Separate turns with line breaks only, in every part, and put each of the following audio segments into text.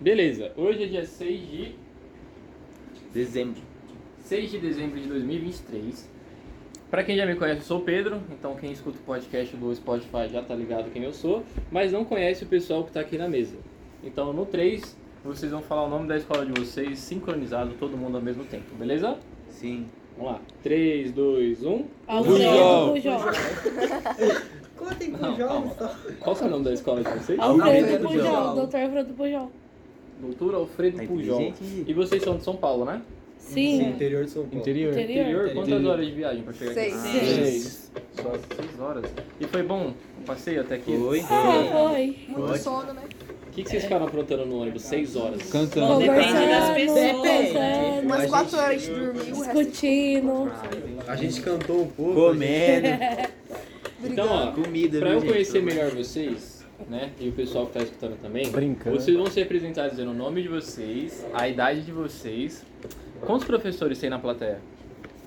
Beleza, hoje é dia 6 de,
Dezembro.
6 de dezembro de 2023. Pra quem já me conhece, eu sou o Pedro, então quem escuta o podcast do Spotify já tá ligado quem eu sou, mas não conhece o pessoal que tá aqui na mesa. Então no 3, vocês vão falar o nome da escola de vocês, sincronizado, todo mundo ao mesmo tempo, beleza?
Sim.
Vamos lá, um. 3, 2, 1.
Pujol.
Alfredo Pujol.
Contem com
Não,
os jogos,
calma.
tá?
Qual que é o nome da escola de vocês?
Alfredo
Alfredo
Pujol.
Pujol.
Doutor Alfredo Pujol.
Doutor Alfredo
Tá
Pujol.
inteligente.
E vocês são de São Paulo, né?
Sim.
interior de São Paulo.
Interior,
Interior.
quantas horas de viagem pra chegar
Seis.
aqui?
Seis.
Só seis horas. E foi bom o passeio até aqui?
Foi.
Ah, foi.
Muito
Pode.
sono, né?
O que, que vocês ficaram aprontando no ônibus? Seis horas.
Cantando.
Conversando,
Então, Depende
das pessoas.
conversando,
Umas
gente-
quatro horas de dormir, o resto
discutindo.
A gente cantou um pouco.
Comendo.
Então, ó,
Comida,
pra
viu,
eu
gente?
conhecer melhor vocês, né, e o pessoal que tá escutando também,
Brincando.
vocês vão se apresentar dizendo o nome de vocês, a idade de vocês. Quantos professores tem na plateia?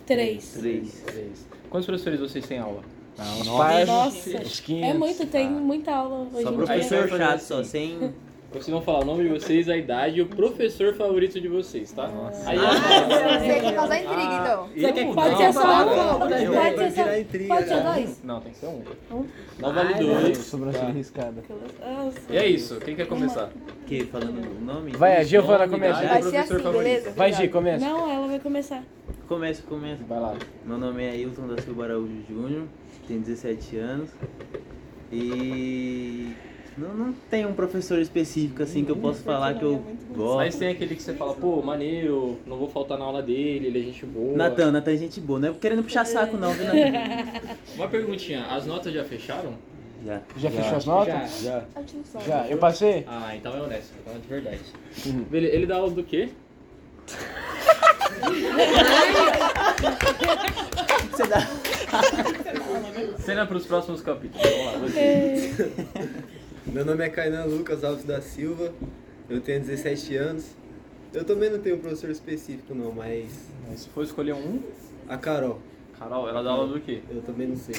Três. É
Três.
Três. Quantos professores vocês têm aula?
Não,
Os
não.
pais-
Nossa.
Os
É
500.
muito, tem muita aula hoje
Só
em dia. é
professor
Aí vai fazer
chato,
assim.
só sem.
Vocês vão falar o nome de vocês, a idade e o professor favorito de vocês, tá? Nossa. Aí
você quer causar intriga,
É,
então.
eu não,
Pode
não,
ser só
não,
um. Pode
Eu-
ser só,
vai virar intriga,
pode ser
né?
dois.
Não, tem que ser um.
Um?
Não vale dois.
Sobrancelha
Tá.
riscada.
Nossa.
E é isso, quem quer começar?
Que? Falando o nome?
Vai, a Giovana
Nome, idade,
começa.
Vai ser
professor
assim,
favorito.
beleza?
Vai, Gi, começa.
Não, ela vai começar.
Começa, começa.
Vai lá.
Meu nome é Ailton da Silva Araújo Júnior, tenho 17 anos. E. Não, não tem um professor específico assim que eu posso falar que
é
eu
Mas
gosto.
tem aquele que você fala, pô, maneiro, não vou faltar na aula dele, ele é gente boa.
Natan, Natan é gente boa, não é querendo puxar saco não, viu, Natan?
Uma perguntinha, as notas já fecharam?
Já.
Já fechou as notas?
Já.
A gente não sabe.
Já. Eu passei?
Ah, então é honesto, então é de verdade.
Uhum.
Ele, ele dá aula do quê?
Você dá.
Cena pros próximos capítulos. Vamos lá, você.
Meu nome é Kainan Lucas Alves da Silva, eu tenho 17 anos. Eu também não tenho um professor específico, não, mas
É.
Se for escolher um,
a Carol,
Carol, ela dá aula do quê?
eu também não sei.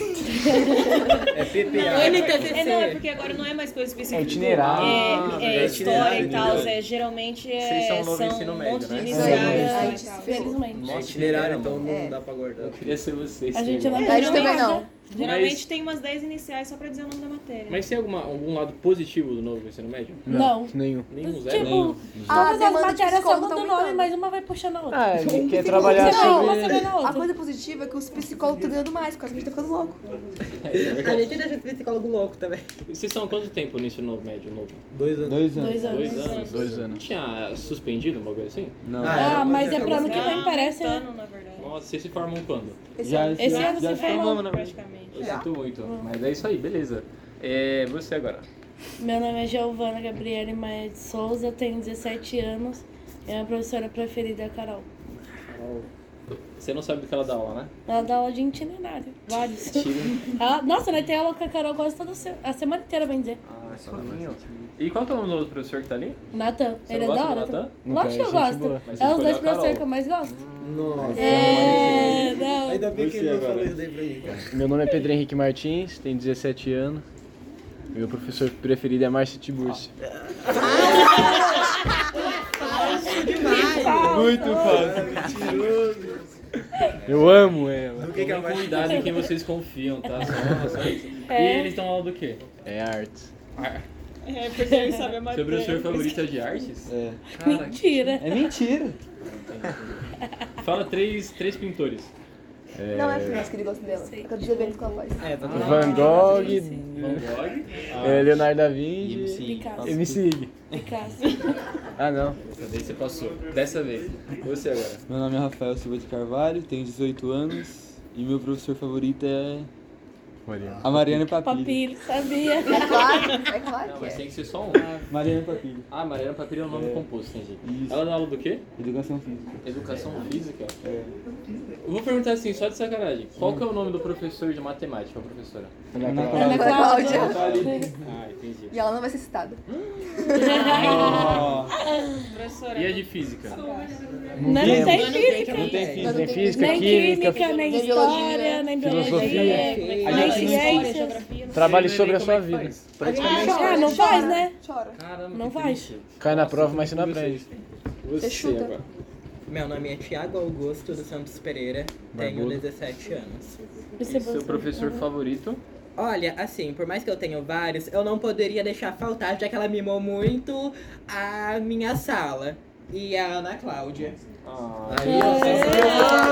É PPA.
É, não, é porque agora não é mais coisa
É
específica.
itinerário.
É, é história
Ah, itinerário,
e tal.
entendeu?
É, geralmente é,
Vocês são novo ensino
um
médio,
monte
né?
de
Isso aí, a gente
iniciais.
se ferrou.
Infelizmente.
É itinerário, então não
É.
dá pra guardar.
Eu queria ser vocês.
A gente não
É,
tem
A gente também
nada.
não.
Geralmente
Mas-
tem umas 10 iniciais só pra dizer o nome da matéria.
Mas tem alguma, algum lado positivo do novo ensino médio?
Não.
Nenhum.
Nenhum, zero?
Tipo,
A
todas as
demanda de
matérias são
psicólogo tá
do nome,
aumentando.
mas uma vai puxando a outra.
Ah, ele quer
Não,
trabalhar assim.
uma
sobre.
semana a
A
outra.
coisa positiva é que os psicólogos estão ganhando mais, porque a gente tá ficando louco.
A gente deixa o psicólogo louco também.
E Vocês são há quanto tempo no ensino médio novo?
Dois anos.
Dois anos.
Dois anos.
Dois anos?
Dois
Não
anos.
tinha suspendido uma coisa assim?
Não.
Ah, mas é
pra
pra ano que
Tá
vem, parece. né?
aumentando, na verdade.
Nossa, vocês se formam quando?
Esse é um-
Já,
ano.
Esse
já,
ano
já
você
se
vai
formou,
lá.
né?
Praticamente.
Eu sinto muito, mas é isso aí, beleza. É você agora.
Meu nome é Giovana Gabriele Maia de Souza, eu tenho 17 anos e a minha professora preferida é a Carol.
Você não sabe do que ela dá aula, né?
Ela dá aula de itinerário, vários.
Tira.
Ela- nossa, vai ter aula com a Carol quase toda se- a semana inteira, bem dizer.
Ah, sozinho. E qual que é o nome do outro professor que tá ali?
O Natan,
Você
ele é
gosta
da
do
hora.
Natan?
tá? Lógico que eu
Nunca é gente boa.
gosto.
Mas
É os
você escolheu
dois
a
professores que eu
Carol.
mais gosto.
Nossa.
É, não.
Ainda bem que
Você
ele não falou
agora.
isso daí pra mim, cara.
Meu nome é Pedro Henrique Martins, tenho 17 anos. Meu professor preferido é Márcio Tiburcio. Muito fácil. Eu amo ela.
Do que que a
Tomem
Márcia-
cuidado em quem vocês confiam, tá? Só, só isso.
É.
E eles dão aula do quê?
É arte.
É, porque ele sabe a
Seu
matéria.
professor favorito é de artes?
É.
Mentira.
É mentira.
Fala três, três pintores.
Não é Franz que ele gosta dela. Fica devendo com a voz.
Ah, é, tá bom.
Van Gogh,
Van Gogh.
é, Leonardo da
E
Vinci,
MC.
Picasso.
MC Ig.
Picasso.
Ah, não.
Essa daí você passou. Dessa vez. Você agora.
Meu nome é Rafael Silva de Carvalho, tenho 18 anos e meu professor favorito é
Mariana.
A Mariana e Papilho.
Papilho, sabia?
É claro, é claro
Não,
que
mas
é.
tem que ser só um.
Mariana e Papilho.
Ah, Mariana Papira é o nome composto, entendi.
Isso.
Ela dá aula do quê?
Educação física.
Educação física? Eu vou perguntar assim, só de sacanagem. Qual que é o nome do professor de matemática, professora?
Ana
Ana
tá
Clara.
Cláudia.
Ah, entendi.
E ela não vai ser citada.
Ó,
Professora.
E a de física?
Não, não tem
Não
física.
Não tem física,
Não tem
tem física,
Nem
química,
química, nem
nem
história,
biologia,
nem
filosofia.
biologia,
A
nem
gente não
História,
ciências.
geografia. não
Trabalhe
Sei
sobre a
nem como
sua
é que
vida.
faz.
Ah, não faz, né?
Chora.
Caramba,
Não
que
faz.
triste.
Cai na
Nossa,
prova, mas você não
você-
aprende.
Você
chuta.
agora.
Meu nome é Tiago Augusto dos Santos Pereira, tenho
Barbudo.
17 anos.
E seu professor favorito?
Olha, assim, por mais que eu tenha vários, eu não poderia deixar faltar, já que ela mimou muito a minha sala. E a Ana Cláudia.
Ah,
Aí, ó,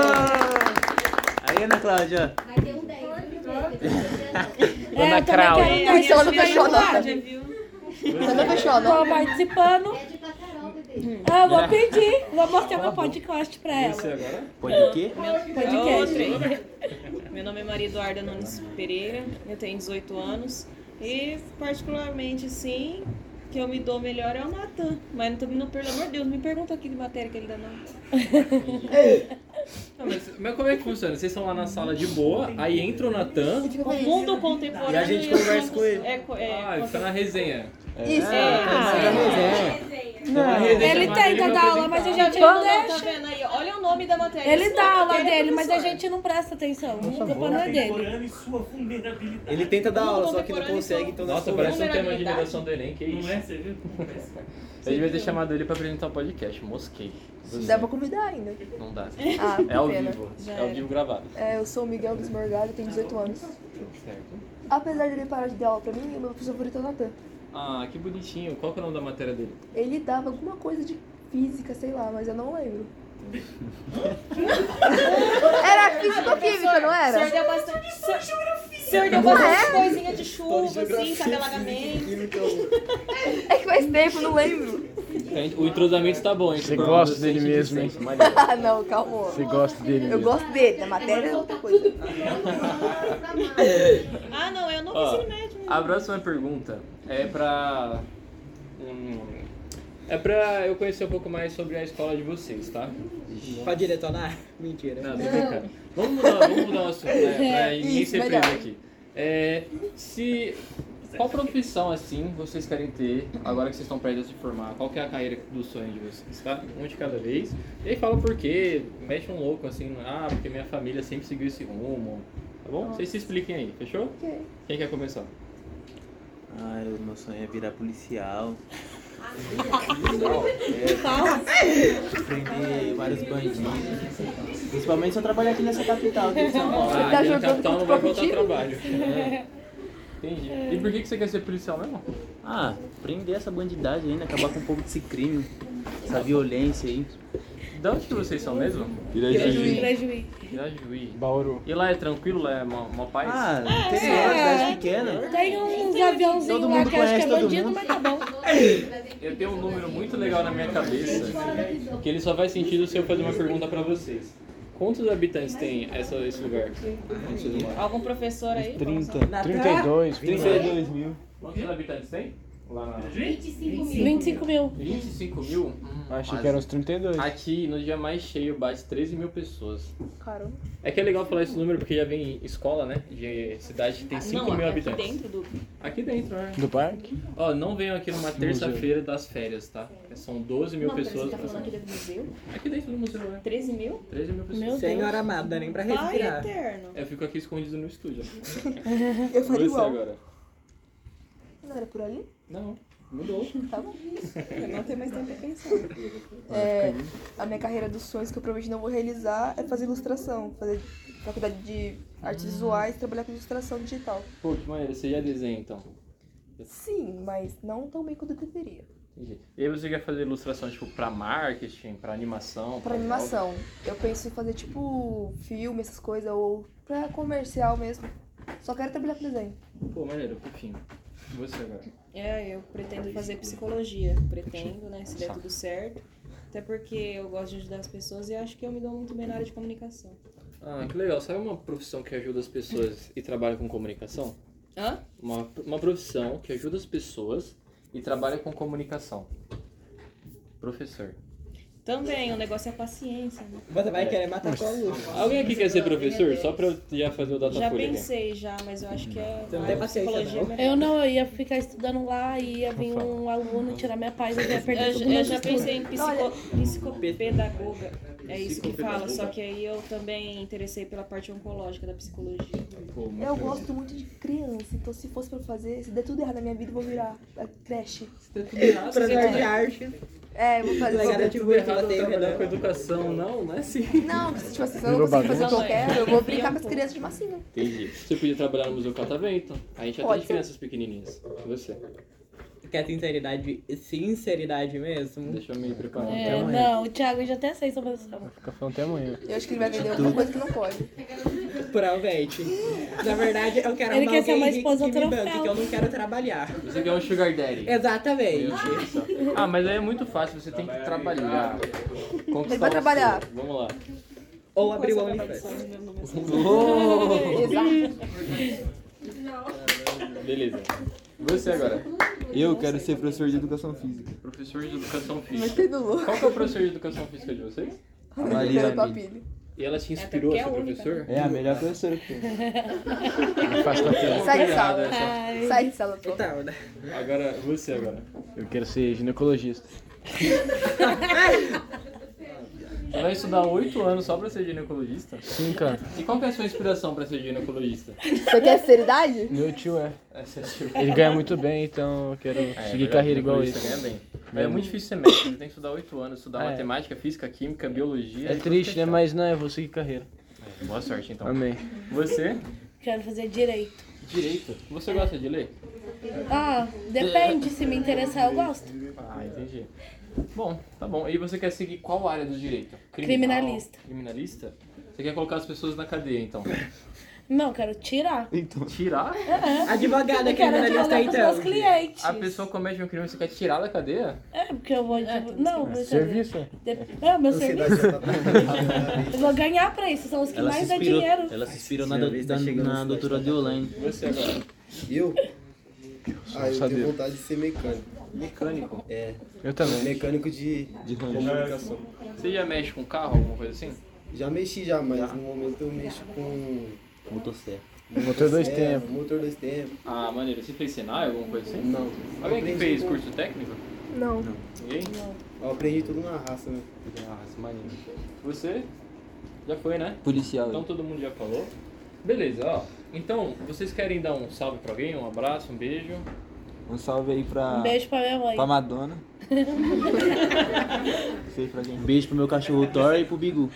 Ah!
Aí, Ana Cláudia.
É, eu também
Ai, se
quero
Então ela
um
não
teste.
fechou a nota.
Cláudia, viu?
Você não né? fechou
Tô
a nota.
participando. Ah, eu vou pedir. Vou mostrar meu podcast pra ela.
você agora?
Pode o quê?
Podcast.
Outra. Meu nome é Maria Eduarda Nunes Pereira, eu tenho 18 anos. E particularmente, sim, que eu me dou melhor é o Natan. Mas não tô não, pelo amor de Deus, me pergunta aqui de matéria que ele dá não.
Não, mas, mas como é que funciona? Vocês estão lá na sala de boa, aí entra o Natan.
Fica com
O
isso.
né?
mundo contemporâneo.
E a gente
e os
conversa
mundos-
com ele. é
É, co- é,
Ah,
contemporâneo.
fica na resenha.
Isso.
é.
Então, a resenha
Ele
é
tenta
maneira
dar
pra
aula, mas a
apresentar.
gente não
Tá
deixa.
vendo aí? Olha o nome da matéria.
é? Ele
Isso
dá
não,
aula
ele é
dele, mas a
professor.
gente não presta atenção. O culpa não é dele.
Contemporâneo e sua vulnerabilidade.
ele tenta dar
Mundo
aula, só que não
contemporâneo
consegue, então nós
Nossa, parece um tema de
Vulnerabilidade?
redação do Enem, que isso.
Não é? Você viu como é?
Eu devia ter chamado ele pra apresentar o podcast, mosquei.
Dá pra convidar ainda.
Não dá.
Ah, que
É ao
pena.
vivo.
Já
É ao
era.
vivo gravado.
É, eu sou o Miguel dos Morgado, tenho 18 anos.
Certo.
Apesar dele parar de dar aula pra mim, o meu professor favorito é o Natan.
Ah, que bonitinho. Qual que é o nome da matéria dele?
Ele dava alguma coisa de física, sei lá, mas eu não lembro. era físico-química, não
O senhor
era?
deu bastante.
tá
O senhor
Ah,
deu
é?
bastante coisinha de chuva, assim, sabe, alagamento.
É que faz tempo, não lembro.
Então, O entrosamento tá bom, hein?
Você gosta dele mesmo, hein?
Ah, não, calma.
Você gosta dele
Eu
mesmo.
gosto dele, a matéria é outra coisa.
Ah, não, eu não
Ó,
ensino médio. né?
A próxima pergunta é pra. hum, É pra eu conhecer um pouco mais sobre a escola de vocês, tá?
Pode detonar? Mentira.
Não, tô brincando. Vamos mudar, vamos mudar o assunto, né? Pra ninguém
isso,
ser
melhor.
preso aqui. É, se. Qual profissão assim vocês querem ter agora que vocês estão prestes a se formar? Qual que é a carreira do sonho de vocês, tá? Um de cada vez. E aí fala por quê, mexe um louco assim, ah, porque minha família sempre seguiu esse rumo, tá bom? Vocês se expliquem aí, fechou?
Ok.
Quem quer começar?
um-
Ah, o meu sonho é virar policial. Prender vários bandidos. Principalmente se eu trabalhar aqui nessa capital, aqui de São Paulo.
Ah,
tá
e a
jogando
capital não
contra
vai
o próprio
voltar ao
time?
trabalho. Entendi. E por que que você quer ser policial mesmo?
Ah, prender essa bandidagem ainda, acabar com um pouco desse crime, essa violência aí.
De onde que vocês são mesmo?
Prejuí.
Pirajuí.
Bauru.
E lá é tranquilo? Lá é mó, mó paz?
Ah, interior, cidade pequena.
Tem uns aviãozinhos
Todo
lá
mundo
que eu acho que
conhece
é
todo
bandido,
mundo.
mas tá bom.
Eu tenho um número muito legal na minha cabeça, que ele só faz sentido se eu fazer uma pergunta pra vocês. Quantos habitantes tem essa, esse lugar? Onde vocês moram?
Algum professor aí?
30, 32,
32 mil.
Quantos habitantes tem? Lá na...
25 mil.
25 mil? Hum,
Achei
quase.
que eram uns 32.
Aqui, no dia mais cheio, bate 13 mil pessoas.
Caramba.
É que é legal falar esse número porque já vem escola, né? De cidade que tem 5
Ah, não, é
mil
aqui
habitantes.
dentro do.
Aqui dentro, né?
Do parque?
Ó, não venham aqui numa terça-feira das férias, tá? São 12 mil pessoas.
Tá falando
passando.
aqui dentro do museu?
Aqui dentro do museu, né?
13 mil?
13 mil pessoas.
Meu Deus.
Senhora amada, nem pra
é
Pai
respirar.
eterno.
Eu fico aqui escondido no estúdio.
Eu faria
Você
igual.
agora.
Não era por ali?
Não, mudou.
Tá bom.
É.
Eu não tenho mais tempo pra pensar.
É, a minha carreira dos sonhos que eu provavelmente não vou realizar é fazer ilustração, fazer faculdade de artes visuais, trabalhar com ilustração digital.
Pô, que maneiro. Você já desenha, então.
Sim, mas não tão bem quanto eu deveria.
Entendi. E aí você quer fazer ilustração, tipo, pra marketing, pra animação?
Pra animação, eu penso em fazer tipo filme, essas coisas, ou pra comercial mesmo. Só quero trabalhar com desenho.
Pô, maneiro, fofinho. E Você agora.
É, eu pretendo fazer psicologia. Pretendo, né? Se der tudo certo. Até porque eu gosto de ajudar as pessoas e acho que eu me dou muito bem na área de comunicação.
Ah, que legal. Sabe uma profissão que ajuda as pessoas e trabalha com comunicação?
Hã?
Uma, uma profissão que ajuda as pessoas e trabalha com comunicação. Professor.
Também, o negócio é a paciência, né?
Você vai
É.
querer matar com a Lu.
Alguém aqui quer ser professor? Só pra eu já fazer o
Já
Datafolha aqui.
pensei já, mas eu acho que é.
Você não tem
a
paciência,
psicologia
não?
é melhor.
Eu não, eu ia ficar estudando lá e ia vir um aluno tirar minha paz e eu ia perder
Eu,
tudo
já-
meu
eu já
estudo.
pensei em psico, psicopedagoga. É isso que fala, só que aí eu também interessei pela parte oncológica da psicologia.
Eu gosto muito de criança, então se fosse pra eu fazer, se der tudo errado na minha vida, eu vou virar é, a creche.
Professor de arte.
É, eu vou fazer.
Vai garantir muito que ela tem
tá
ao redor.
educação, não, né? Sim.
Não, se tipo assim, se eu não
Virou
conseguir fazer o que eu
bagunça.
quero, eu vou brincar com as crianças de massinha.
Entendi. Você podia trabalhar no Museu Catavento. A gente já
Pode.
tem crianças pequenininhas. E Você.
Quer sinceridade, sinceridade mesmo?
Deixa eu me preparar. um
É, não, o Thiago eu já até sei sobre essa
Vai ficar falando até amanhã.
Eu acho que ele vai vender alguma coisa que não pode.
Provavelmente. Na verdade, eu quero
Ele
arrumar
quer ser uma
alguém que-
esposa
que me banque,
troféu.
que eu não quero trabalhar.
Você quer um sugar daddy.
Exatamente.
Ah, mas aí é muito fácil. Você tem que trabalhar. Conquistar
Ele vai
o
trabalhar.
seu. Vamos lá.
Ou abrir o
Mas
OnlyFans.
só no meu nome.
Exato.
Beleza. Você agora.
Eu quero ser professor de educação física.
Professor de educação
Mas
física.
tem do louco.
Qual que é o professor de educação física de vocês?
A
Maria
Maria
Anitta.
Papilho.
E ela te
até
inspirou a
porque é
ser
a única,
professor?
É a melhor professora que tem.
Faz papel.
Sai de
Obrigado,
sala.
tá essa-
Sai de sala, pô.
Então, né?
Agora, você agora.
Eu quero ser ginecologista.
Você vai estudar oito anos só pra ser ginecologista?
Sim, cara.
E qual que é a sua inspiração pra ser ginecologista?
Você quer seriedade?
Meu tio é.
Essa é a sua-
Ele ganha muito bem, então eu quero
É,
seguir
verdade,
carreira igual
ginecologista
ele.
ganha bem. Mas é muito difícil ser médico, você tem que estudar oito anos, estudar
É.
matemática, física, química, biologia.
É
e
triste, né?
fechar.
Mas não, eu vou seguir carreira.
Boa sorte, então.
Amém.
Você?
Quero fazer direito.
Direito. Você gosta de ler?
Ah, depende, se me interessar eu gosto.
Ah, entendi. Bom, tá bom. E você quer seguir qual área do direito? Criminal?
Criminalista.
Criminalista? Você quer colocar as pessoas na cadeia, então?
Não, quero tirar.
Tirar?
Advogada
Eu
que
quero
não
tirar
está
dos meus
então.
clientes.
A pessoa comete um crime e você quer tirar da cadeia?
É, porque eu vou... não, meu serviço.
Serviço?
Dep- É, meu serviço.
Ansiedade já tá pra-
Eu vou ganhar pra isso, são os que
Ela se
mais dá
inspirou,
dinheiro.
ela se inspirou na,
Essa
do-
vez tá
da,
chegando
na
no
doutora
cidade.
Deolane.
Você agora.
Eu? Ah, eu
Saber.
tenho vontade de ser mecânico.
Mecânico.
É,
Eu também.
mecânico de, de comunicação.
Você já mexe com carro, alguma coisa assim?
Já mexi já, mas
Tá.
no momento eu mexo com...
Motosserra.
Motor dois
é,
tempos.
Motor dois tempos.
Ah, maneiro. Você fez Senai, alguma coisa assim?
Não.
Alguém que
Aprendi
fez
com-
curso técnico?
Não.
Ninguém?
Eu aprendi tudo na raça, né?
Nossa, maneiro. Você já foi, né?
Policial.
Então todo mundo já falou. Beleza, ó. Então, vocês querem dar um salve pra alguém? Um abraço, um beijo?
Um salve aí
Ah.
pra,
Um beijo pra minha mãe.
pra Madonna. Não Sei pra quem.
Um beijo pro meu cachorro Thor e pro Bigu. Um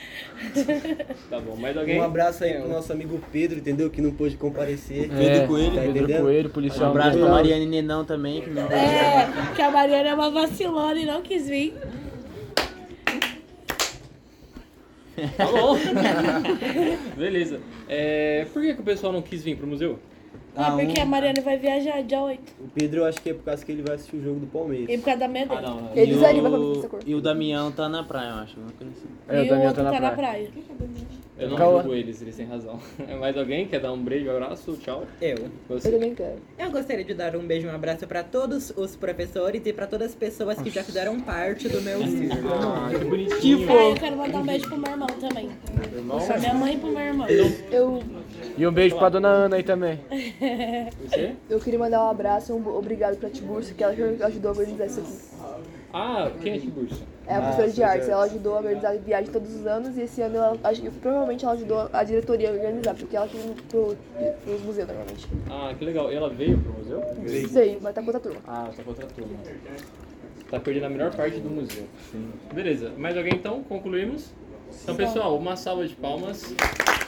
Tá bom, mais alguém?
Um abraço aí pro
É.
nosso amigo Pedro, entendeu? Que não pôde comparecer.
Pedro Coelho,
Pedro
entendendo?
É, Coelho, policial.
Um abraço pra
militar.
Mariane Nenão também. Que não...
É, que a Mariana é uma vacilona e não quis vir.
Tá bom. Beleza. É, por que, que o pessoal não quis vir pro museu?
Ah,
Ah,
porque
um-
a Mariana vai viajar dia 8.
O Pedro eu acho que é por causa que ele vai assistir o jogo do Palmeiras.
E por causa da meia
Ah,
dele.
não. não.
Ele
E
desanima pra
o-
essa cor.
E o Damião tá na praia, eu acho. uma coisa assim.
É,
e
o
o
Damião
outro
tá na praia.
Eu não
Calma.
julgo eles, eles têm razão. Mais alguém quer dar um beijo, abraço, tchau?
Eu.
Eu
Você.
também quero.
Eu gostaria de dar um beijo e um abraço pra todos os professores e pra todas as pessoas que já fizeram parte do meu círculo.
Ah, que bonitinho.
Ah, eu quero mandar um beijo pro meu irmão também. Pra minha mãe e pro meu irmão.
Eu,
E um beijo pra dona Ana aí também.
Você?
eu queria mandar um abraço, um bo- obrigado pra Tiburcio, que ela que ajudou a organizar isso aqui.
Ah, quem é Tiburcio?
É a professora de artes, ela ajudou a organizar a viagem todos os anos e esse ano ela, acho que provavelmente ela ajudou a diretoria a organizar, porque ela que ia pro, pros museus normalmente.
Ah, que legal. Ela veio pro museu?
Não sei, mas tá com outra turma.
Ah, tá com outra turma. Tá perdendo a melhor parte do museu. Beleza. Mais alguém então? Concluímos? Então, pessoal, uma salva de palmas.